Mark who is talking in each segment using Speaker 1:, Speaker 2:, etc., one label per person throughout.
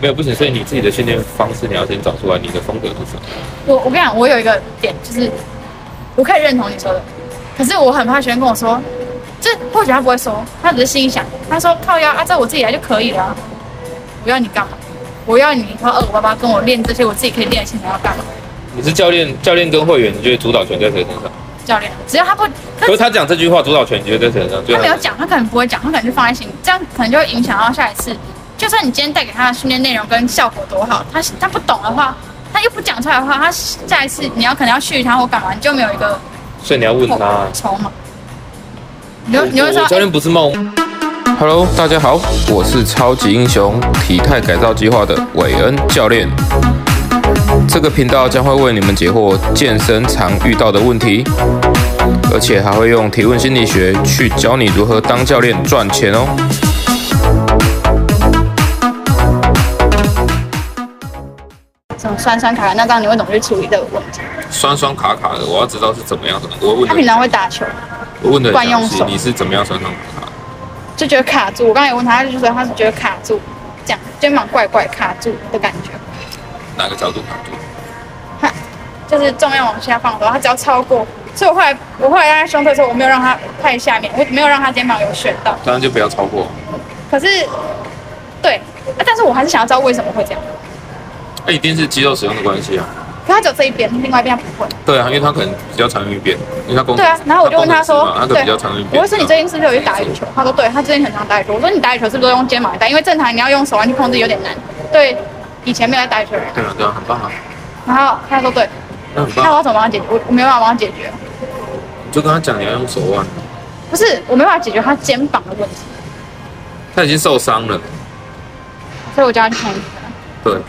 Speaker 1: 没有不行，所以你自己的训练方式你要先找出来你的风格是什么。
Speaker 2: 我我跟你讲，我有一个点，就是我可以认同你说的，可是我很怕学生跟我说，这或许他不会说，他只是心里想，他说靠腰啊，这我自己来就可以了、啊，我要你干嘛？我要你花二五八八跟我练这些，我自己可以练的现在要干嘛？
Speaker 1: 你是教练，教练跟会员，你觉得主导权在谁身上？
Speaker 2: 教练，只要他不，可
Speaker 1: 可是他讲这句话，主导权你觉得在谁身上？就
Speaker 2: 他没有讲，他可能不会讲，他可能就放在心里，这样可能就会影响到下一次。就算你今天带给他的训练内容跟效果多好，他他不懂的话，他又不讲出来的话，他下一次你要可能要训他或干嘛，你就没有一个
Speaker 1: 所以你要问他。
Speaker 2: 筹码。你就你就会说
Speaker 1: 啊我，教练不是梦。Hello，大家好，我是超级英雄体态改造计划的韦恩教练。这个频道将会为你们解惑健身常遇到的问题，而且还会用提问心理学去教你如何当教练赚钱哦。
Speaker 2: 哎什么酸酸卡卡，那这样你会怎么去处理这个问题？
Speaker 1: 酸酸卡卡的，我要知道是怎么样的。我
Speaker 2: 他
Speaker 1: 问
Speaker 2: 平
Speaker 1: 的，
Speaker 2: 常会打球，
Speaker 1: 我问的
Speaker 2: 惯用
Speaker 1: 详细
Speaker 2: 手，
Speaker 1: 你是怎么样酸酸卡卡？
Speaker 2: 就觉得卡住。我刚才有问他，他就说他是觉得卡住，这样肩膀怪怪卡住的感觉。
Speaker 1: 哪个角度卡住？
Speaker 2: 就是重量往下放的时候，它只要超过，所以我后来我后来压在胸推的时候，我没有让它太下面，我没有让它肩膀有旋到。
Speaker 1: 当然就不要超过。
Speaker 2: 可是，对，啊但是我还是想要知道为什么会这样。
Speaker 1: 哎那、一定是肌肉使用的关系啊。
Speaker 2: 可它只有这一边，另外一边它不会。
Speaker 1: 对啊，因为他可能比较常用一遍，因为他工
Speaker 2: 对啊，然后我就问他
Speaker 1: 工
Speaker 2: 说
Speaker 1: 程师嘛，他可能
Speaker 2: 对啊
Speaker 1: 比较常用一，
Speaker 2: 我
Speaker 1: 遍。
Speaker 2: 会说你最近是不是有去打羽球？他说对，他最近很常打羽球。我说你打羽球是不是都用肩膀来打？因为正常你要用手腕去控制有点难。对，以前没有在打羽球的人。
Speaker 1: 对啊，对啊，很棒啊，
Speaker 2: 然后他说对，
Speaker 1: 那很
Speaker 2: 那我
Speaker 1: 棒。啊
Speaker 2: 要怎么帮他解决？我我没办法帮他解决，
Speaker 1: 你就跟他讲你要用手腕，啊
Speaker 2: 不是我没办法解决他肩膀的问题，
Speaker 1: 他已经受伤了。
Speaker 2: 所以我叫他去看医生。
Speaker 1: 对，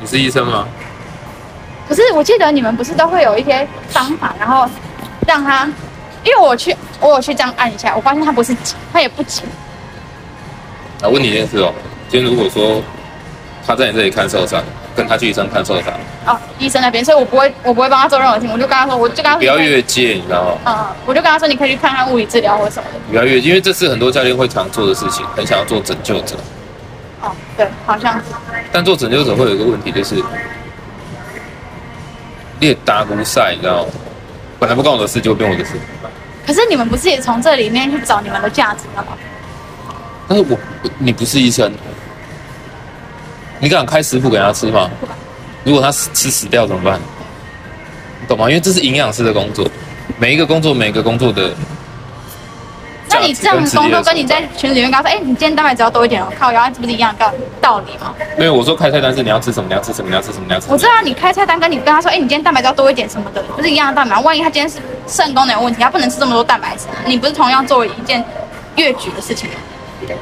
Speaker 1: 你是医生吗？
Speaker 2: 可是我记得你们不是都会有一些方法，然后让他，因为我去我有去这样按一下，我发现他不是紧，他也不紧，
Speaker 1: 来问你一件事哦，今天如果说他在你这里看受伤，跟他去医生看受伤，
Speaker 2: 哦，医生那边，所以我不会我不会帮他做任何事情，我就跟他说，我就跟他说
Speaker 1: 不要
Speaker 2: 你可以
Speaker 1: 越界，你知道吗？
Speaker 2: 嗯，嗯我就跟他说你可以去看看物理治疗或什么的。
Speaker 1: 不要越界，因为这是很多教练会常做的事情，很想要做拯救者。
Speaker 2: 哦，对，好像是
Speaker 1: 但做拯救者会有一个问题，就是你也搭不赛，你知道吗？本来不关我的事，就变我的事。
Speaker 2: 可是你们不是也从这里面去找你们的价值了吗？
Speaker 1: 但是我你不是医生，你敢开食谱给他吃吗？如果他死吃死掉怎么办？你懂吗？因为这是营养师的工作，每一个工作每一个工作的价
Speaker 2: 那
Speaker 1: 值跟
Speaker 2: 你这样的
Speaker 1: 职业
Speaker 2: 工作
Speaker 1: 所在
Speaker 2: 跟你在群里面跟他说，哎、你今天蛋白质要多一点哦，靠腰，这不是一样的道理吗？
Speaker 1: 没有我说开菜单是你要吃什么，你要吃什么，你要吃什么，你要吃什
Speaker 2: 我
Speaker 1: 么
Speaker 2: 知。道你开菜单跟你跟他说，哎、你今天蛋白质要多一点什么的，不是一样的蛋白吗。万一他今哎天是肾功能有问题，他不能吃这么多蛋白质，你不是同样做一件越矩的事情吗？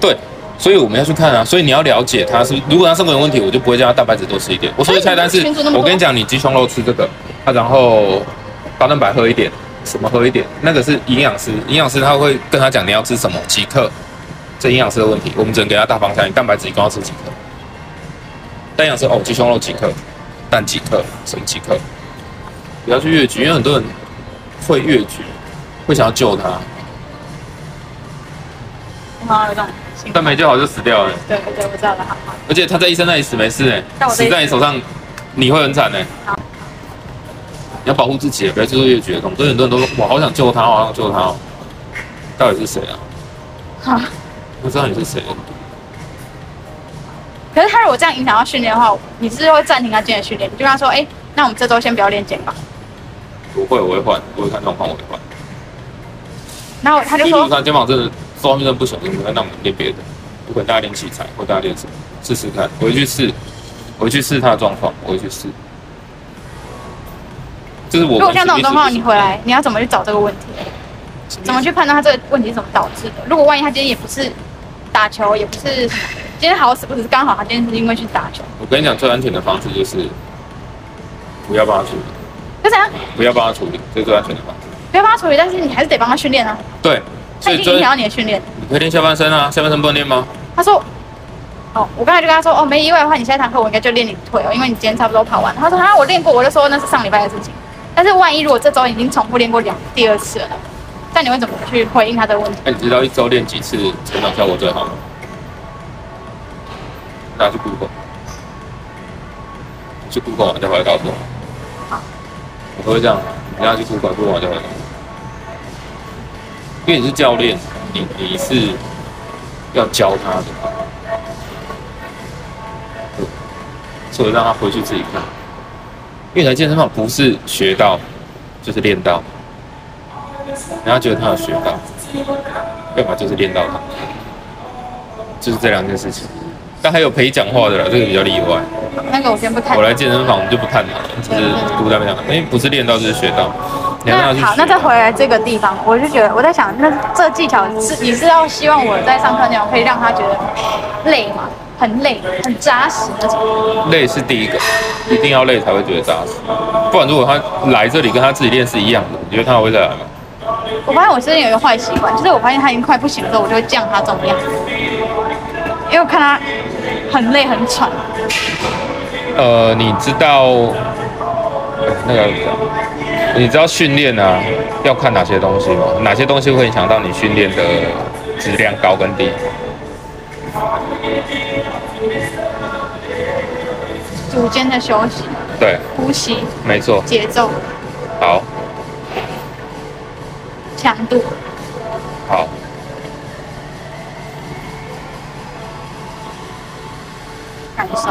Speaker 1: 对，所以我们要去看啊。所以你要了解他是，如果他生活有问题，我就不会叫他蛋白质多吃一点。我说的菜单是
Speaker 2: 哎你们群组那，么多
Speaker 1: 我跟你讲，你鸡胸肉吃这个，啊，然后高蛋白喝一点，什么喝一点，那个是营养师，营养师他会跟他讲你要吃什么几克，这营养师的问题，我们只能给他大方向，你蛋白质一共要吃几克？但营养师哦，鸡胸肉几克，蛋几克，什么几克？不要去越矩，因为很多人会越矩，会想要救他，
Speaker 2: 我好像啊有这种情
Speaker 1: 但
Speaker 2: 况。
Speaker 1: 没救好就死掉了。
Speaker 2: 对对对，我知道了，好好。
Speaker 1: 而且他在医生那里死没事
Speaker 2: 但
Speaker 1: 哎，
Speaker 2: 我在
Speaker 1: 死在你手上，你会很惨哎
Speaker 2: 好。
Speaker 1: 你要保护自己，不要去做越绝动。所以很多人都说，我好想救他，我好想救他哦。到底是谁啊？
Speaker 2: 好，
Speaker 1: 不知道你是谁。啊
Speaker 2: 可是他如果这样影响到训练的话，你是会暂停他今天的训练，你就跟他说，哎、那我们这周先不要练肩膀。
Speaker 1: 我会，我会换，我会看状况，我会换。
Speaker 2: 然后他就
Speaker 1: 例
Speaker 2: 说
Speaker 1: 如，他肩膀真的受伤真的不行，我那我们练别的，不管大家练器材或大家练什么，试试看。我会去试，我会去试他的状况，我会去试。就是我
Speaker 2: 如
Speaker 1: 们
Speaker 2: 果像这种
Speaker 1: 一直
Speaker 2: 状况，
Speaker 1: 一直
Speaker 2: 你回来，你要怎么去找这个问题？怎么去判断他这个问题是怎么导致的？如果万一他今天也不是打球，也不是什么，今天好死不死是刚好他今天是因为去打球，
Speaker 1: 我跟你讲，最安全的方式就是不要帮他处理，
Speaker 2: 就这样，
Speaker 1: 不要帮他处理，这是最安全的方式。
Speaker 2: 不要帮他处理，但是你还是得帮他训练啊，
Speaker 1: 对，
Speaker 2: 他
Speaker 1: 所
Speaker 2: 已
Speaker 1: 以
Speaker 2: 经影
Speaker 1: 真
Speaker 2: 响到你的训练。
Speaker 1: 你可以练下半身啊，下半身不能练吗？
Speaker 2: 他说，哦，我刚才就跟他说，哦，没意外的话，你下一堂课我应该就练你腿哦，因为你今天差不多跑完了。他说，啊，我练过，我就说那是上礼拜的事情。但是万一如果这周已经重复练过两第二次了呢，那你会怎么去回应他的问题？
Speaker 1: 那、哎你知道一周练几次成长效果最好吗？拿去 Google，去 Google 完再回来告诉我。
Speaker 2: 好，
Speaker 1: 我都会这样啊，你要去 Google，Google 完再回来告诉我。因为你是教练，你你是要教他的，对所以让他回去自己看。因为你来健身房不是学到，就是练到。你要觉得他有学到，要么就是练到他，就是这两件事情。但还有陪讲话的啦，这个比较例外。
Speaker 2: 那个我先不看
Speaker 1: 我。来健身房，我们就不探讨了，只是读在面讲，因为不是练到就是学到。你要让他去
Speaker 2: 那好，那
Speaker 1: 学啊
Speaker 2: 再回来这个地方，我就觉得我在想，那这技巧是你是要希望我在上课那样可以让他觉得累吗？很累，很扎实那种。
Speaker 1: 累是第一个，一定要累才会觉得扎实。不然如果他来这里跟他自己练是一样的，你觉得他会再来吗？
Speaker 2: 我发现我最近有一个坏习惯，就是我发现他已经快不行的时候，我就会降他重量，因为我看他很累很喘。
Speaker 1: 呃，你知道哎那个要怎么讲你知道训练啊，要看哪些东西吗？哪些东西会影响到你训练的质量高跟低？
Speaker 2: 组间的休息、
Speaker 1: 对，
Speaker 2: 呼吸、
Speaker 1: 没错。
Speaker 2: 节奏、
Speaker 1: 好，
Speaker 2: 强度，
Speaker 1: 好。
Speaker 2: 感受。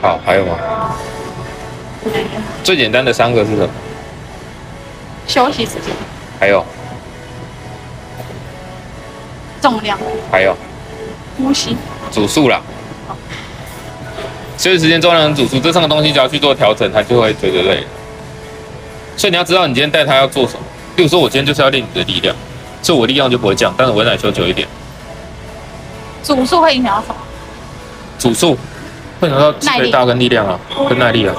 Speaker 1: 好，还有吗？最简单的三个是什么？
Speaker 2: 休息时间、
Speaker 1: 还有，
Speaker 2: 重量、
Speaker 1: 还有
Speaker 2: 呼吸，
Speaker 1: 组数啦。休息时间、重量跟组数这三个东西，只要去做调整，他就会觉得累。所以你要知道，你今天带他要做什么。例如说，我今天就是要练你的力量，所以我力量就不会降，但是我会让你休久一点。
Speaker 2: 组数会影响到什么？
Speaker 1: 组数会影响到
Speaker 2: 耐力
Speaker 1: 腿大跟力量啊，跟耐力啊，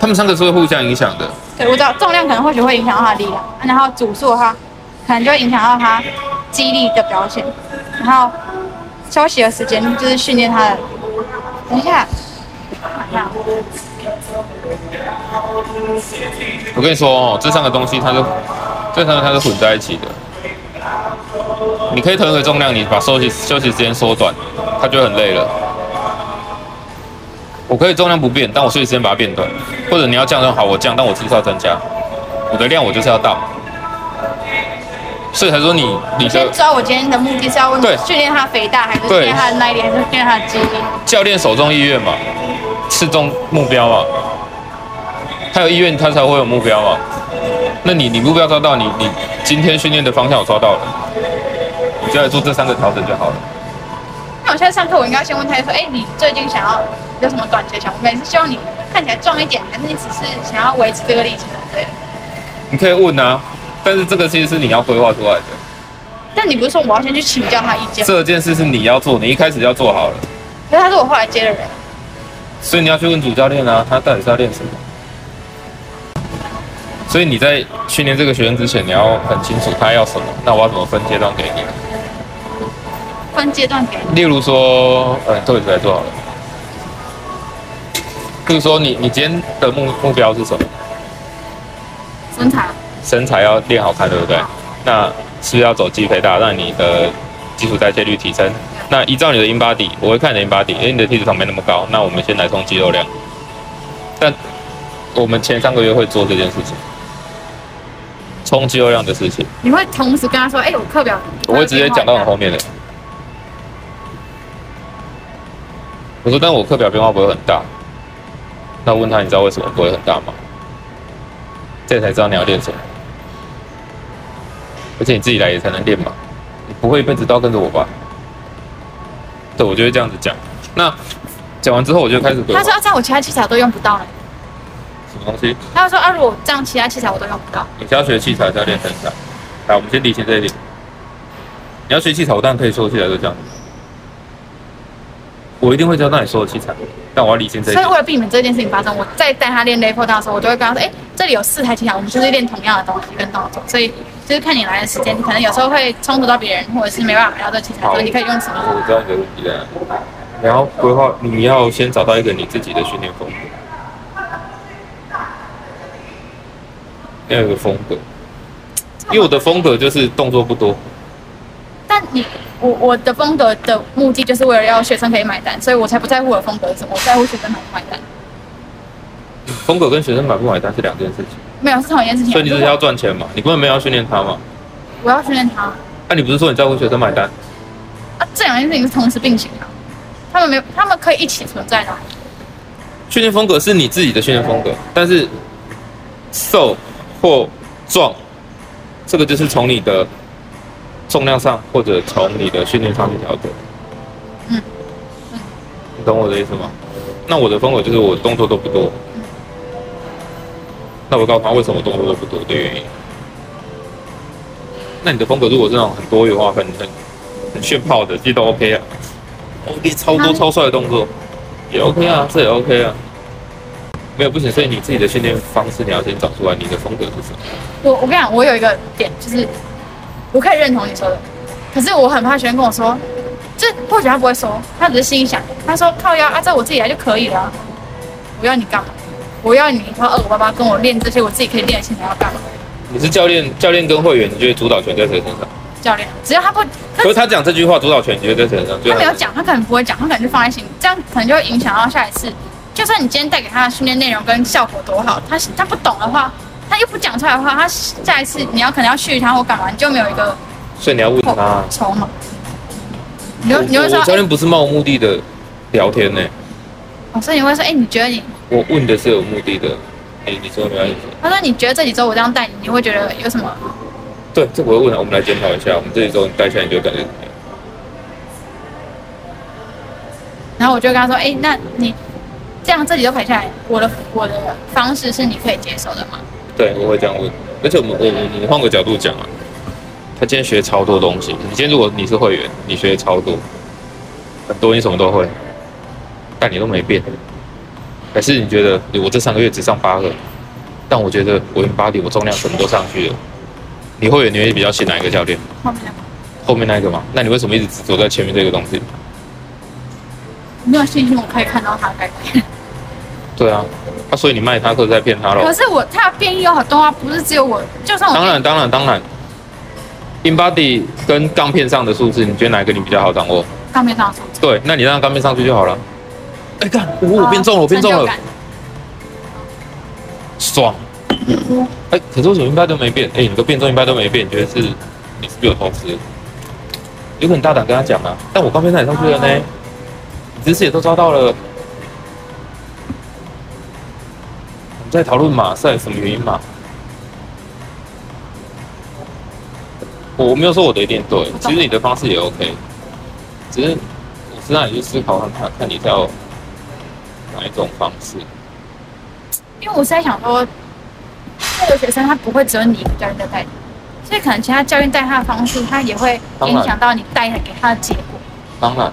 Speaker 1: 他们三个是会互相影响的。
Speaker 2: 对，我知道重量可能或许会影响到他的力量，啊然后组数的话，可能就会影响到他肌力的表现，然后休息的时间就是训练他的。等一下，等一下，
Speaker 1: 我跟你说哦，这三个东西它就这三个它是混在一起的。你可以同一个重量，你把休息休息时间缩短，它就会很累了。我可以重量不变，但我休息时间把它变短，或者你要降就好，我降，但我次数要增加，我的量我就是要到。所以才说你你的
Speaker 2: 先知道我今天的目的是要问
Speaker 1: 对
Speaker 2: 训练他的肥大，还是训
Speaker 1: 对
Speaker 2: 练他的耐力，还是训练他的肌力？
Speaker 1: 教练手中意愿嘛，次中目标嘛，他有意愿，他才会有目标嘛。那你你目标抓到，你你今天训练的方向我抓到了，你就来做这三个调整就好了。
Speaker 2: 那我现在上课，我应该先问他说：“哎、你最近想要有什么短期的小目标？你是希望你看起来壮一点，还是你只是想要维持这个力气之类的
Speaker 1: 你可以问啊，但是这个其实是你要规划出来的，？”
Speaker 2: 但你不是说我要先去请教他意见吗？
Speaker 1: 这件事是你要做，你一开始要做好了，
Speaker 2: 可是他是我后来接的人，
Speaker 1: 所以你要去问主教练啊，他到底是要练什么。所以你在训练这个学生之前，你要很清楚他要什么，那我要怎么分阶段给你？
Speaker 2: 分阶段给你。
Speaker 1: 例如说，呃，做一次来做好了。例如说你，你今天的目目标是什么？
Speaker 2: 身材
Speaker 1: 身材要练好看，对不对？那是不是要走肌肥大，让你的基础代谢率提升？那依照你的 in body，我会看你的 in body，因为你的体脂肪没那么高，那我们先来冲肌肉量。但我们前三个月会做这件事情，冲肌肉量的事情，
Speaker 2: 你会同时跟他说：“哎、我课表。”
Speaker 1: 我会直接讲到很后。面的。我说，但我课表变化不会很大。那我问他，你知道为什么不会很大吗？这才知道你要练什么，而且你自己来也才能练嘛，你不会一辈子都要跟着我吧？对，我就会这样子讲。那讲完之后，我就开始规
Speaker 2: 他
Speaker 1: 划
Speaker 2: 说：“啊，这样我其他器材都用不到了。
Speaker 1: 什么东西。”
Speaker 2: 他就说：“啊，如果这样其他器材我都用不到，
Speaker 1: 你是要学器材，是要练身材。来，我们先理清这一点。你要学器材，我当然可以所有器材都教你。我一定会教到你所有器材，但我要理清这一
Speaker 2: 所以
Speaker 1: 点
Speaker 2: 为。了避免这件事情发生，我再带他练 level down 的时候，我就会跟他说：‘哎、这里有四台器材，我们就是练同样的东西跟动作。’所以就是看你来的时间，可能有时候会冲突到别人，或者是没办法买到这器材，
Speaker 1: 好
Speaker 2: 所以你可以用什么？
Speaker 1: 我知道你的问题在哪里。你要规划，你要先找到一个你自己的训练风格，要有一个风格。因为我的风格就是动作不多，
Speaker 2: 但你我我的风格的目的就是为了要学生可以买单，所以我才不在乎我的风格是什么，我在乎学生买不买单。
Speaker 1: 疯狗跟学生买不买单是两件事情，
Speaker 2: 没有是同一件事情。
Speaker 1: 所以你就是要赚钱嘛，你根本没有要训练他嘛。
Speaker 2: 我要训练他
Speaker 1: 那、你不是说你在乎学生买单？
Speaker 2: 啊，这两件事情是同时并行的，他们没有，他们可以一起存在的啊。
Speaker 1: 训练风格是你自己的训练风格，但是瘦或壮，这个就是从你的重量上或者从你的训练上去调整。
Speaker 2: 嗯嗯
Speaker 1: 你懂我的意思吗？那我的风格就是我动作都不多。
Speaker 2: 嗯
Speaker 1: 那我告诉他为什么动作都不多的原因。那你的风格如果是那种很多元化、很很很炫炮的，这都 OK 啊。OK，超多超帅的动作。也 OK 啊，这也 OK 啊。没有不行，所以你自己的训练方式你要先找出来，你的风格是什么？
Speaker 2: 我我跟你讲，我有一个点就是，我可以认同你说的，可是我很怕学生跟我说，这或许他不会说，他只是心里想，他说靠腰啊，这我自己来就可以了啊、我要你干嘛？我要你花二五八八跟我练这些我自己可以练的事情，要干嘛？
Speaker 1: 你是教练，教练跟会员，你觉得主导权在谁身上？
Speaker 2: 教练，只要他不，他
Speaker 1: 可是他讲这句话，主导权你觉得在谁身上？
Speaker 2: 他没有讲，他可能不会讲，他可能就放在心里，这样可能就会影响到下一次。就算你今天带给他的训练内容跟效果多好，他他不懂的话，他又不讲出来的话，他下一次你要可能要训他或干嘛，你就没有一个
Speaker 1: 所以你要问他。
Speaker 2: 筹码。你就你
Speaker 1: 啊我
Speaker 2: 会说哎
Speaker 1: 我，教练不是漫无目的的聊天呢、
Speaker 2: 哦所以你会说，哎、你觉得你，
Speaker 1: 我问的是有目的的。你你说没关系。
Speaker 2: 他说你觉得这几周我这样带你，你会觉得有什么？
Speaker 1: 对，这我会问他，我们来检讨一下，我们这一周你带下来你就感觉怎么样？
Speaker 2: 然后我就跟他说，哎、那你这样这几周陪下来，我的我的方式是你可以接受的吗？
Speaker 1: 对，我会这样问。而且我们我我们换个角度讲啊，他今天学超多东西。你今天如果你是会员，你学超多，很多你什么都会，但你都没变。还是你觉得我这三个月只上八个，但我觉得我用八点，我重量什么都上去了。你会员你会比较信哪一个教练？
Speaker 2: 后面的
Speaker 1: 后面那一个吗？那你为什么一直执着在前面这个东西？
Speaker 2: 没有信心，我可以看到他的改变。
Speaker 1: 对啊，啊，所以你卖他都是在骗他喽
Speaker 2: 可。是我他的变异有很多啊，不是只有我，就算我
Speaker 1: 哦当然，当然，当然。InBody 跟钢片上的数字，你觉得哪一个你比较好掌握？
Speaker 2: 上面上说，
Speaker 1: 对，那你让钢片上去就好了。哎、干，我我变重了，我变重
Speaker 2: 成就
Speaker 1: 了
Speaker 2: 感，
Speaker 1: 爽。哎、可是为什么应该都没变？哎、你都变重，应该都没变，你觉得是你是不是有投资？有很大胆跟他讲啊，但我钢片上也上去了呢
Speaker 2: 哦，
Speaker 1: 你知识也都抓到了。我们在讨论马赛什么原因嘛？我没有说我的一定对，其实你的方式也 OK，只是我是让你去思考看看，看你要哪一种方式。
Speaker 2: 因为我是在想说，这个学生他不会只有你一个教练在带他，所以可能其他教练带他的方式，他也会
Speaker 1: 当然
Speaker 2: 影响到你带给他的结果。
Speaker 1: 当然，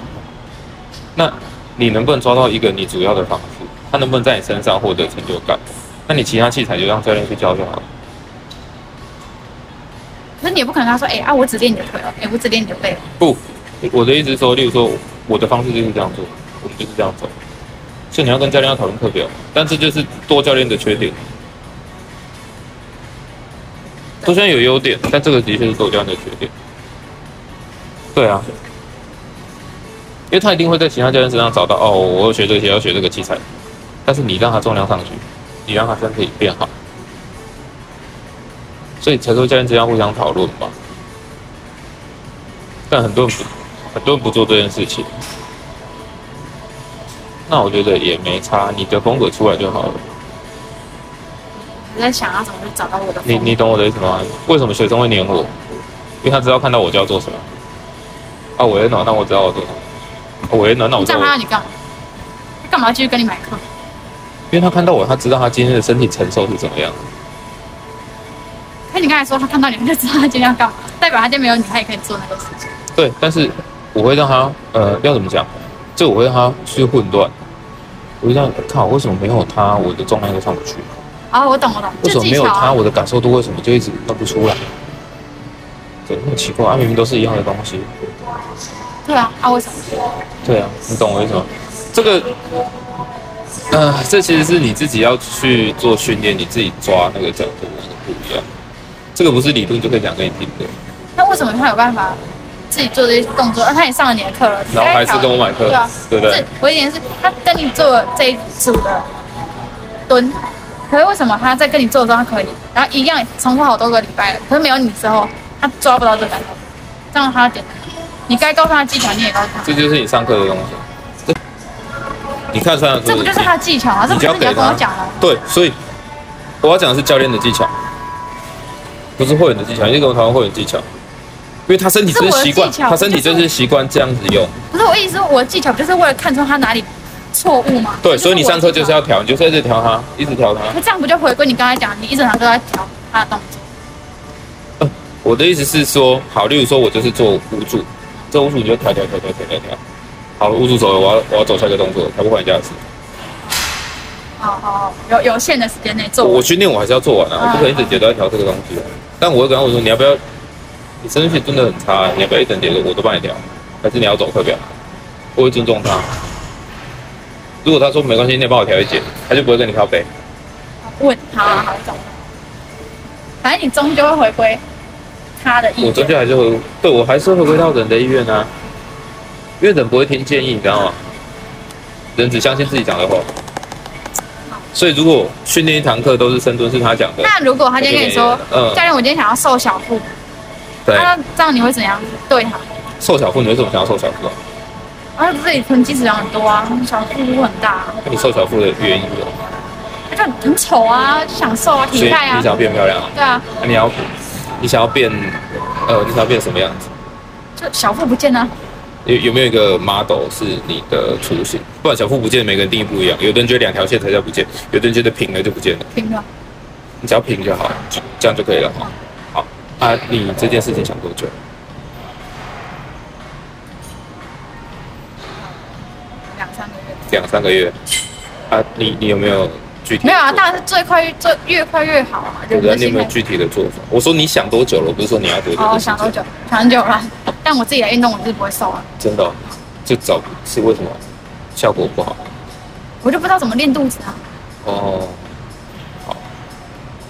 Speaker 1: 那你能不能抓到一个你主要的方式？他能不能在你身上获得成就感？那你其他器材就让教练去教就好了。
Speaker 2: 可是你也不可能跟他说，哎、啊，我只练你的腿哦，哎、我只练你的背哦。
Speaker 1: 不，我的意思是说，例如说我的方式就是这样做，我们就是这样走。所以你要跟教练要讨论课表，但这就是多教练的缺点。多教练有优点，但这个的确是多教练的缺点。对啊，因为他一定会在其他教练身上找到哦，我要学这些，要学这个器材，但是你让他重量上去，你让他身体变好，所以才说教练之间要互相讨论嘛。但很多人不，很多人不做这件事情。那我觉得也没差，你的风格出来就好了。
Speaker 2: 我在想要怎么去找到我的
Speaker 1: 你
Speaker 2: 风格
Speaker 1: 你懂我的意思吗？为什么学生会黏我？因为他知道看到我就要做什么。啊，我也暖，那我知道我做什么。啊我也暖，那我
Speaker 2: 你
Speaker 1: 知
Speaker 2: 这
Speaker 1: 道
Speaker 2: 样
Speaker 1: 我
Speaker 2: 他要你干嘛？他干嘛继续跟你买课？
Speaker 1: 因为他看到我，他知道他今天的身体承受是怎么样。
Speaker 2: 可你刚才说他看到你，他就知道他今天要干嘛，代表他今天没有你，他也可以做那个事情。
Speaker 1: 对，但是我会让他，呃，要怎么讲？就我会让他去混乱。我就这样，靠，为什么没有他，我的重量就上不去？
Speaker 2: 哦，我懂，我懂，
Speaker 1: 为什
Speaker 2: 就
Speaker 1: 么
Speaker 2: 技
Speaker 1: 没有
Speaker 2: 巧
Speaker 1: 他，
Speaker 2: 啊。
Speaker 1: 我的感受度为什么就一直弄不出来？对，那么奇怪，啊，明明都是一样的东西。
Speaker 2: 对啊，啊，为什么？
Speaker 1: 对啊，你懂我意思吗？这个，呃，这其实是你自己要去做训练，你自己抓那个角度不一样。这个不是理论就可以讲给你听的，
Speaker 2: 那为什么他有办法自己做这些动作？而啊他也上了你的课了，
Speaker 1: 然后还是跟我买课
Speaker 2: 对啊，
Speaker 1: 对不对
Speaker 2: 是，我一点是他跟你做这一组的蹲，可是为什么他在跟你做的时候他可以，然后一样重复好多个礼拜了，可是没有你之后，他抓不到这感觉，这样他点，你该告诉他技巧你也告诉他，
Speaker 1: 这就是你上课的东西。这你看穿了
Speaker 2: 这不就是他的技巧啊？这
Speaker 1: 你
Speaker 2: 不
Speaker 1: 就
Speaker 2: 就
Speaker 1: 要
Speaker 2: 是你要
Speaker 1: 给
Speaker 2: 跟
Speaker 1: 他
Speaker 2: 我讲的？
Speaker 1: 对，所以我要讲的是教练的技巧，不是会员的技巧。你就跟我讨论会员技巧，因为他身体就是习惯，
Speaker 2: 这是我的技巧
Speaker 1: 他身体就是习惯这样子用。
Speaker 2: 不是我意思，我的技巧不就是为了看出他哪里错误吗？
Speaker 1: 对，
Speaker 2: 这
Speaker 1: 所以你
Speaker 2: 我的
Speaker 1: 上课就是
Speaker 2: 技巧，
Speaker 1: 要调，你就是一直调他，一直调他。
Speaker 2: 可这样不就回归你刚才讲，你一整堂都在调他的动作，
Speaker 1: 我的意思是说，好，例如说我就是做五组，这五组你就调调调调调调调。好了，五组走了，我要我要走下一个动作，调不完一下子。
Speaker 2: 好好好，哦有有限的时间内做
Speaker 1: 我
Speaker 2: 完
Speaker 1: 我。训练我还是要做完啊，我不可能一整节都在调这个东西、啊。但我会跟他我说，你要不要？你身体真的很差、你要不要一整节我都帮你调？还是你要走课表？我会尊重他。如果他说没关系，你也帮我调一节，他就不会跟你靠背。
Speaker 2: 问他，好好懂。反正你终究会回归他的意
Speaker 1: 我终
Speaker 2: 见。
Speaker 1: 究还是会，对我还是会回到人的意愿啊，因为人不会听建议，你知道吗？人只相信自己讲的话。所以如果训练一堂课都是深蹲是他讲的，
Speaker 2: 那如果他今天跟你说，
Speaker 1: 嗯
Speaker 2: 教练，我今天想要瘦小腹，
Speaker 1: 对，
Speaker 2: 那这样你会怎样对他？
Speaker 1: 瘦小腹，你为什么想要瘦小腹啊？
Speaker 2: 而且自己囤积脂肪很多啊，小腹很大、啊，
Speaker 1: 那你瘦小腹的原因是什么？
Speaker 2: 就很丑啊，就想瘦啊，
Speaker 1: 所以
Speaker 2: 体态
Speaker 1: 你
Speaker 2: 啊
Speaker 1: 想，要变漂亮啊，
Speaker 2: 对啊，
Speaker 1: 那你要你想要变呃，你想要变什么样子？
Speaker 2: 就小腹不见啊。
Speaker 1: 有有没有一个 model 是你的雏形？不然小腹不见，每个人定义不一样。有的人觉得两条线才叫不见，有的人觉得平了就不见了。
Speaker 2: 平的，
Speaker 1: 你只要平就好，就这样就可以了。好啊，你这件事情想多久？
Speaker 2: 两三个月。
Speaker 1: 两三个月？啊，你你有没有具体的
Speaker 2: 没有啊，
Speaker 1: 做法
Speaker 2: 当然是最快最越快越好啊，
Speaker 1: 对
Speaker 2: 人
Speaker 1: 不对？
Speaker 2: 的
Speaker 1: 你有
Speaker 2: 心
Speaker 1: 没有
Speaker 2: 态。
Speaker 1: 具体的做法？我说你想多久了，我不是说你要多久。
Speaker 2: 哦，想多？久？想很久了，但我自己来运动，我是不会瘦啊，
Speaker 1: 真的哦、就早是为什么？效果不好
Speaker 2: 我就不知道怎么练肚子啊。
Speaker 1: 哦。好，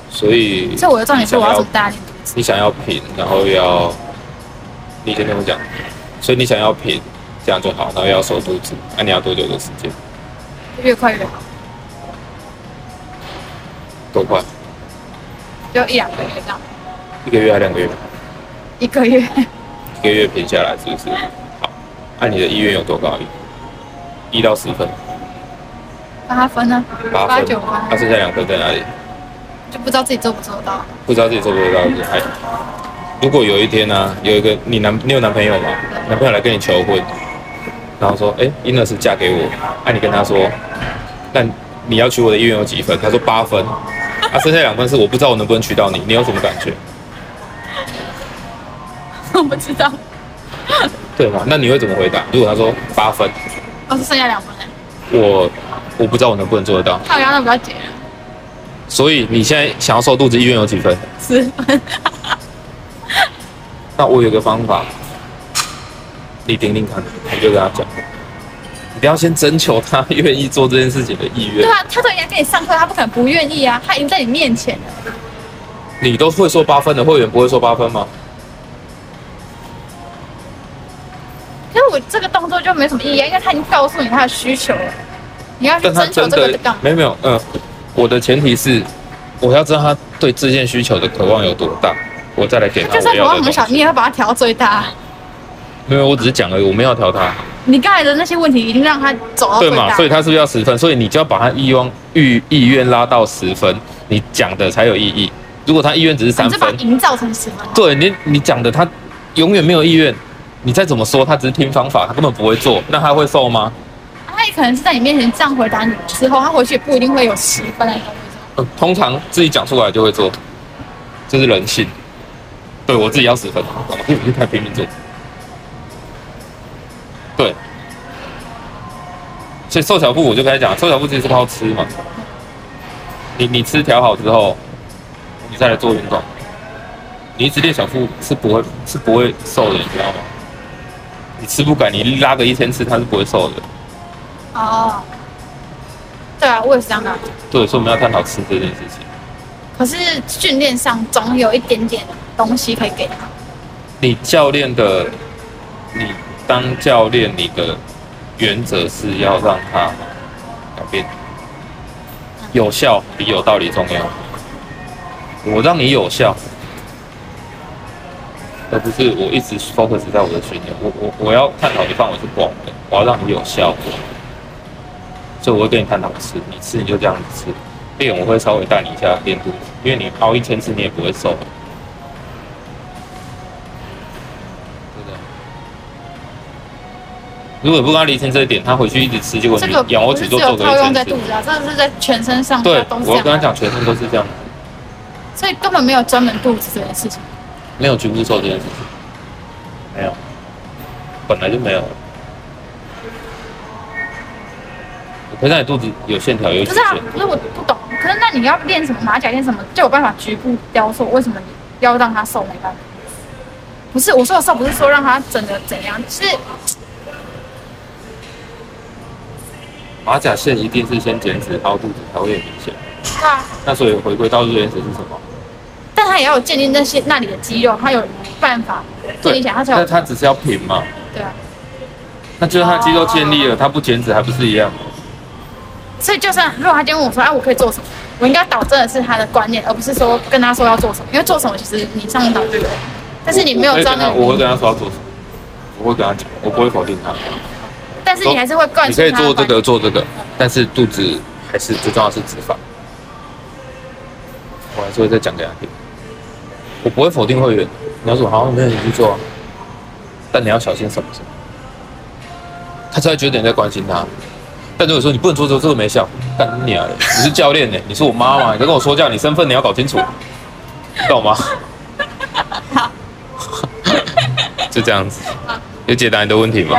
Speaker 1: 所以
Speaker 2: 所以我的重点是我要怎么带他练肚子。
Speaker 1: 你想要平，然后又要你先跟我讲，所以你想要平，这样就好，然后又要收肚子，那、你要多久的时间？
Speaker 2: 越快越好，
Speaker 1: 多快？
Speaker 2: 就一两个月这样，
Speaker 1: 一个月还两个月？
Speaker 2: 一个月
Speaker 1: 一个月平下来是不是？好，按、你的意愿有多高？一到十分，
Speaker 2: 八分呢，
Speaker 1: 八分，
Speaker 2: 九
Speaker 1: 那、
Speaker 2: 分
Speaker 1: 剩下两分在哪里？
Speaker 2: 就不知道自己做不做得到。
Speaker 1: 不知道自己做不做到就还。如果有一天呢、有一个你男，你有男朋友吗？男朋友来跟你求婚，然后说，哎、英儿是嫁给我，哎、你跟他说，那你要娶我的意愿有几分？他说八分，啊，剩下两分是我不知道我能不能娶到你，你有什么感觉？
Speaker 2: 我不知道，
Speaker 1: 对吗？那你会怎么回答？如果他说八分，
Speaker 2: 我是剩下两分了，
Speaker 1: 我我不知道我能不能做得到，
Speaker 2: 靠腰那比较紧了，
Speaker 1: 所以你现在想要瘦肚子意愿有几分？
Speaker 2: 十分。
Speaker 1: 那我有个方法，你听听看，你就跟他讲，你不要先征求他愿意做这件事情的意
Speaker 2: 对
Speaker 1: 愿。
Speaker 2: 啊，他都已经跟你上课，他不可能不愿意啊，他已经在你面前了。
Speaker 1: 你都会说八分的会员不会说八分吗？
Speaker 2: 可是我这个动作就没什么意义啊，因为他已经告诉你他的需求了，你要去
Speaker 1: 但他
Speaker 2: 哎征求
Speaker 1: 真
Speaker 2: 这个
Speaker 1: 的
Speaker 2: 就干嘛？
Speaker 1: 没有没有，嗯、我的前提是我要知道他对这件需求的渴望有多大，我再来给他
Speaker 2: 就算
Speaker 1: 我要
Speaker 2: 渴望
Speaker 1: 的
Speaker 2: 很
Speaker 1: 东西
Speaker 2: 小，。你也要把它调最大。
Speaker 1: 没有，我只是讲而已，我没有调他，
Speaker 2: 你刚才的那些问题已经让他走到
Speaker 1: 对
Speaker 2: 最
Speaker 1: 嘛？
Speaker 2: 大，
Speaker 1: 所以他是不是要十分？所以你就要把他意望意意愿拉到十分，你讲的才有意义。如果他意愿只是三
Speaker 2: 你就把
Speaker 1: 分
Speaker 2: 它，营造成十分。
Speaker 1: 对你，你讲的他永远没有意愿，你再怎么说，他只是听方法，他根本不会做，那他会瘦吗？
Speaker 2: 他也可能是在你面前这样回答你之后，他回去也不一定会有十分的东西。
Speaker 1: 呃通常自己讲出来就会做，这是人性。对我自己要十分，我就太拼命做。对，所以瘦小腹我就跟他讲，瘦小腹其实是靠吃嘛。你你吃调好之后，你再来做运动，你一直练小腹是不会是不会瘦的，你知道吗？你吃不改，你拉个一千次，它是不会瘦的。
Speaker 2: 哦，对啊，我也是这样的。
Speaker 1: 对，所以我们要探讨吃这件事情。
Speaker 2: 可是训练上总有一点点东西可以给他。
Speaker 1: 你教练的，你当教练，你的原则是要让他改变。有效比有道理重要。我让你有效，而不是我一直 focus 在我的训练。我我我要探讨你范围是广的，我要让你有效果。所以我会跟你探讨吃，你吃你就这样子吃。练我会稍微带你一下练肚子，因为你凹一千次你也不会瘦。真的如果不跟他厘清这一点，他回去一直吃，结果
Speaker 2: 这
Speaker 1: 你
Speaker 2: 个
Speaker 1: 仰卧
Speaker 2: 不
Speaker 1: 起
Speaker 2: 是
Speaker 1: 坐
Speaker 2: 只
Speaker 1: 做
Speaker 2: 有
Speaker 1: 个
Speaker 2: 套用
Speaker 1: 一
Speaker 2: 在
Speaker 1: 千次
Speaker 2: 肚。子啊，这个是在全身上下
Speaker 1: 对
Speaker 2: 都，是
Speaker 1: 我
Speaker 2: 这
Speaker 1: 要
Speaker 2: 样
Speaker 1: 跟他
Speaker 2: 的，
Speaker 1: 讲，全身都是这样的，
Speaker 2: 所以根本没有专门肚子这件事情。
Speaker 1: 没有局部瘦这件事情，没有，本来就没有。我可以让你肚子有线条，有曲
Speaker 2: 不是啊
Speaker 1: 线，，
Speaker 2: 可是我不懂。可是那你要练什么马甲，练什么就有办法局部雕塑？为什么你要让它瘦没办法？不是我说的瘦，不是说让它整的怎样，是
Speaker 1: 马甲线一定是先减脂凹肚子才会有明显。
Speaker 2: 啊，
Speaker 1: 那所以回归到日原子是什么？
Speaker 2: 但它也要有建立那些那里的肌肉，它有办法建立起来，它才
Speaker 1: 那
Speaker 2: 有
Speaker 1: 它只是要平嘛，
Speaker 2: 对啊。
Speaker 1: 那就是它肌肉建立了，它不减脂还不是一样？
Speaker 2: 哦所以就算如果他今天问我说，哎、我可以做什么？我应该导正的是他的观念，而不是说跟他说要做什么，因为做什么其实你上一导对不对？但是你没有
Speaker 1: 我
Speaker 2: 知
Speaker 1: 会
Speaker 2: 道
Speaker 1: 跟
Speaker 2: 那
Speaker 1: 他，
Speaker 2: 个
Speaker 1: 哎我会
Speaker 2: 原因，
Speaker 1: 跟他说要做什么，我会跟他讲，我不会否定他。
Speaker 2: 但是你还是会灌
Speaker 1: 你
Speaker 2: 输
Speaker 1: 可以
Speaker 2: 他的
Speaker 1: 做这
Speaker 2: 观念。
Speaker 1: 个做这个，但是肚子还是最重要的是脂肪。我还是会再讲给他听，我不会否定会员。你要说好，没有你去做、啊，但你要小心什么什么，他才会觉得你在关心他。但如果说你不能做这个，这个没效，干你啊！你是教练呢、你是我妈妈，你在跟我说教，你身份你要搞清楚，懂吗？ 就这样子，有解答你的问题吗？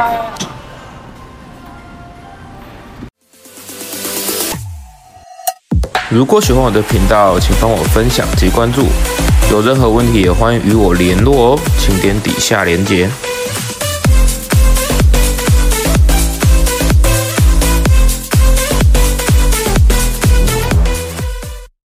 Speaker 1: 如果喜欢我的频道，请帮我分享及关注。有任何问题也欢迎与我联络哦，请点底下连结。